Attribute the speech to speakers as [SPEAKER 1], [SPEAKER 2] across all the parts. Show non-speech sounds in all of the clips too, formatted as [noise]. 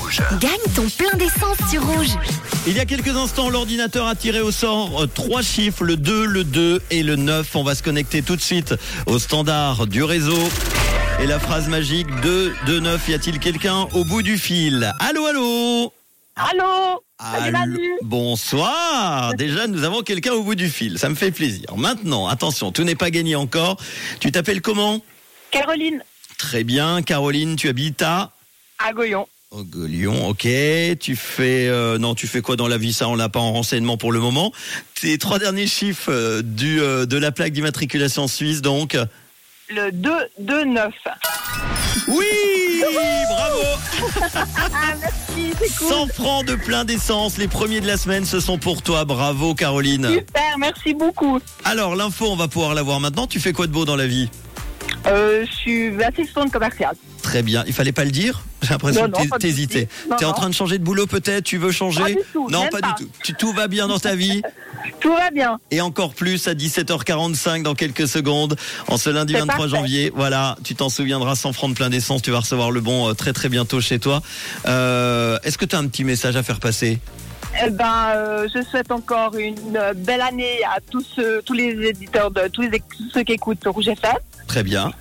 [SPEAKER 1] Rouge.
[SPEAKER 2] Gagne ton plein d'essence sur rouge.
[SPEAKER 1] Il y a quelques instants, l'ordinateur a tiré au sort euh, trois chiffres, le 2, le 2 et le 9. On va se connecter tout de suite au standard du réseau. Et la phrase magique 2, 2, 9, y a-t-il quelqu'un au bout du fil Allô, allô
[SPEAKER 3] Ah. Allô Salut,
[SPEAKER 1] Allô,
[SPEAKER 3] Manu.
[SPEAKER 1] Bonsoir. Déjà, nous avons quelqu'un au bout du fil. Ça me fait plaisir. Maintenant, attention, tout n'est pas gagné encore. Tu t'appelles comment
[SPEAKER 3] Caroline
[SPEAKER 1] Très bien, Caroline. Tu habites à
[SPEAKER 3] à Goyon.
[SPEAKER 1] au Golion. Ok. Tu fais euh, non, tu fais quoi dans la vie Ça, on l'a pas en renseignement pour le moment. Tes trois derniers chiffres euh, du euh, de la plaque d'immatriculation suisse, donc.
[SPEAKER 3] Le 2 2 9.
[SPEAKER 1] Oui. Bravo.
[SPEAKER 3] Ah merci, c'est
[SPEAKER 1] 100 francs de plein d'essence. Les premiers de la semaine, ce sont pour toi. Bravo, Caroline.
[SPEAKER 3] Super, merci beaucoup.
[SPEAKER 1] Alors, l'info, on va pouvoir l'avoir maintenant. Tu fais quoi de beau dans la vie
[SPEAKER 3] Euh, je suis assistante commerciale.
[SPEAKER 1] Très bien. Il fallait pas le dire. [laughs] J'ai l'impression
[SPEAKER 3] Non, non,
[SPEAKER 1] que
[SPEAKER 3] pas
[SPEAKER 1] t'hés-
[SPEAKER 3] du tout.
[SPEAKER 1] t'hésitais.
[SPEAKER 3] Non,
[SPEAKER 1] T'es en
[SPEAKER 3] non.
[SPEAKER 1] train de changer de boulot peut-être Tu veux changer
[SPEAKER 3] Pas du tout,
[SPEAKER 1] Non,
[SPEAKER 3] même
[SPEAKER 1] pas,
[SPEAKER 3] pas.
[SPEAKER 1] du tout. Tu- Tout va bien dans ta vie.
[SPEAKER 3] Tout va bien.
[SPEAKER 1] Et encore plus à 17h45 dans quelques secondes. En ce lundi
[SPEAKER 3] C'est
[SPEAKER 1] 23
[SPEAKER 3] parfait.
[SPEAKER 1] janvier. Voilà, tu t'en souviendras 100 francs de plein d'essence. Tu vas recevoir le bon euh, très très bientôt chez toi. Euh, Est-ce que tu as un petit message à faire passer
[SPEAKER 3] Eh ben, euh, je souhaite encore une euh, belle année à tous ceux- tous les éditeurs de tous, les, tous ceux qui écoutent Rouge FM,
[SPEAKER 1] Très bien.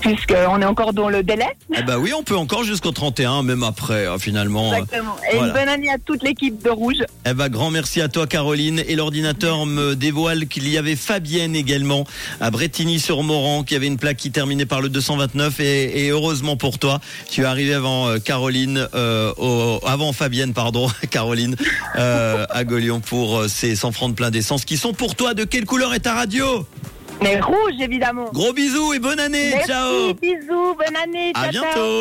[SPEAKER 3] puisqu'on est encore dans le délai.
[SPEAKER 1] Eh ben oui, on peut encore jusqu'au 31, même après euh, finalement. euh,
[SPEAKER 3] Exactement. Et
[SPEAKER 1] voilà.
[SPEAKER 3] une bonne année à toute l'équipe de Rouge.
[SPEAKER 1] Eh ben, grand merci à toi, Caroline. Et l'ordinateur me dévoile qu'il y avait Fabienne également à Bretigny-sur-Moran qui avait une plaque qui terminait par le 229. Et, et heureusement pour toi, tu es arrivé avant euh, Caroline, euh, au- avant Fabienne, pardon, [laughs] Caroline, euh, à Gaulion pour euh, ces 100 francs de plein d'essence qui sont pour toi. De quelle couleur est ta radio
[SPEAKER 3] Mais Rouge, évidemment.
[SPEAKER 1] Gros bisous et bonne année.
[SPEAKER 3] merci,
[SPEAKER 1] Ciao.
[SPEAKER 3] bisous, bonne année.
[SPEAKER 1] À
[SPEAKER 3] ciao, ciao.
[SPEAKER 1] bientôt.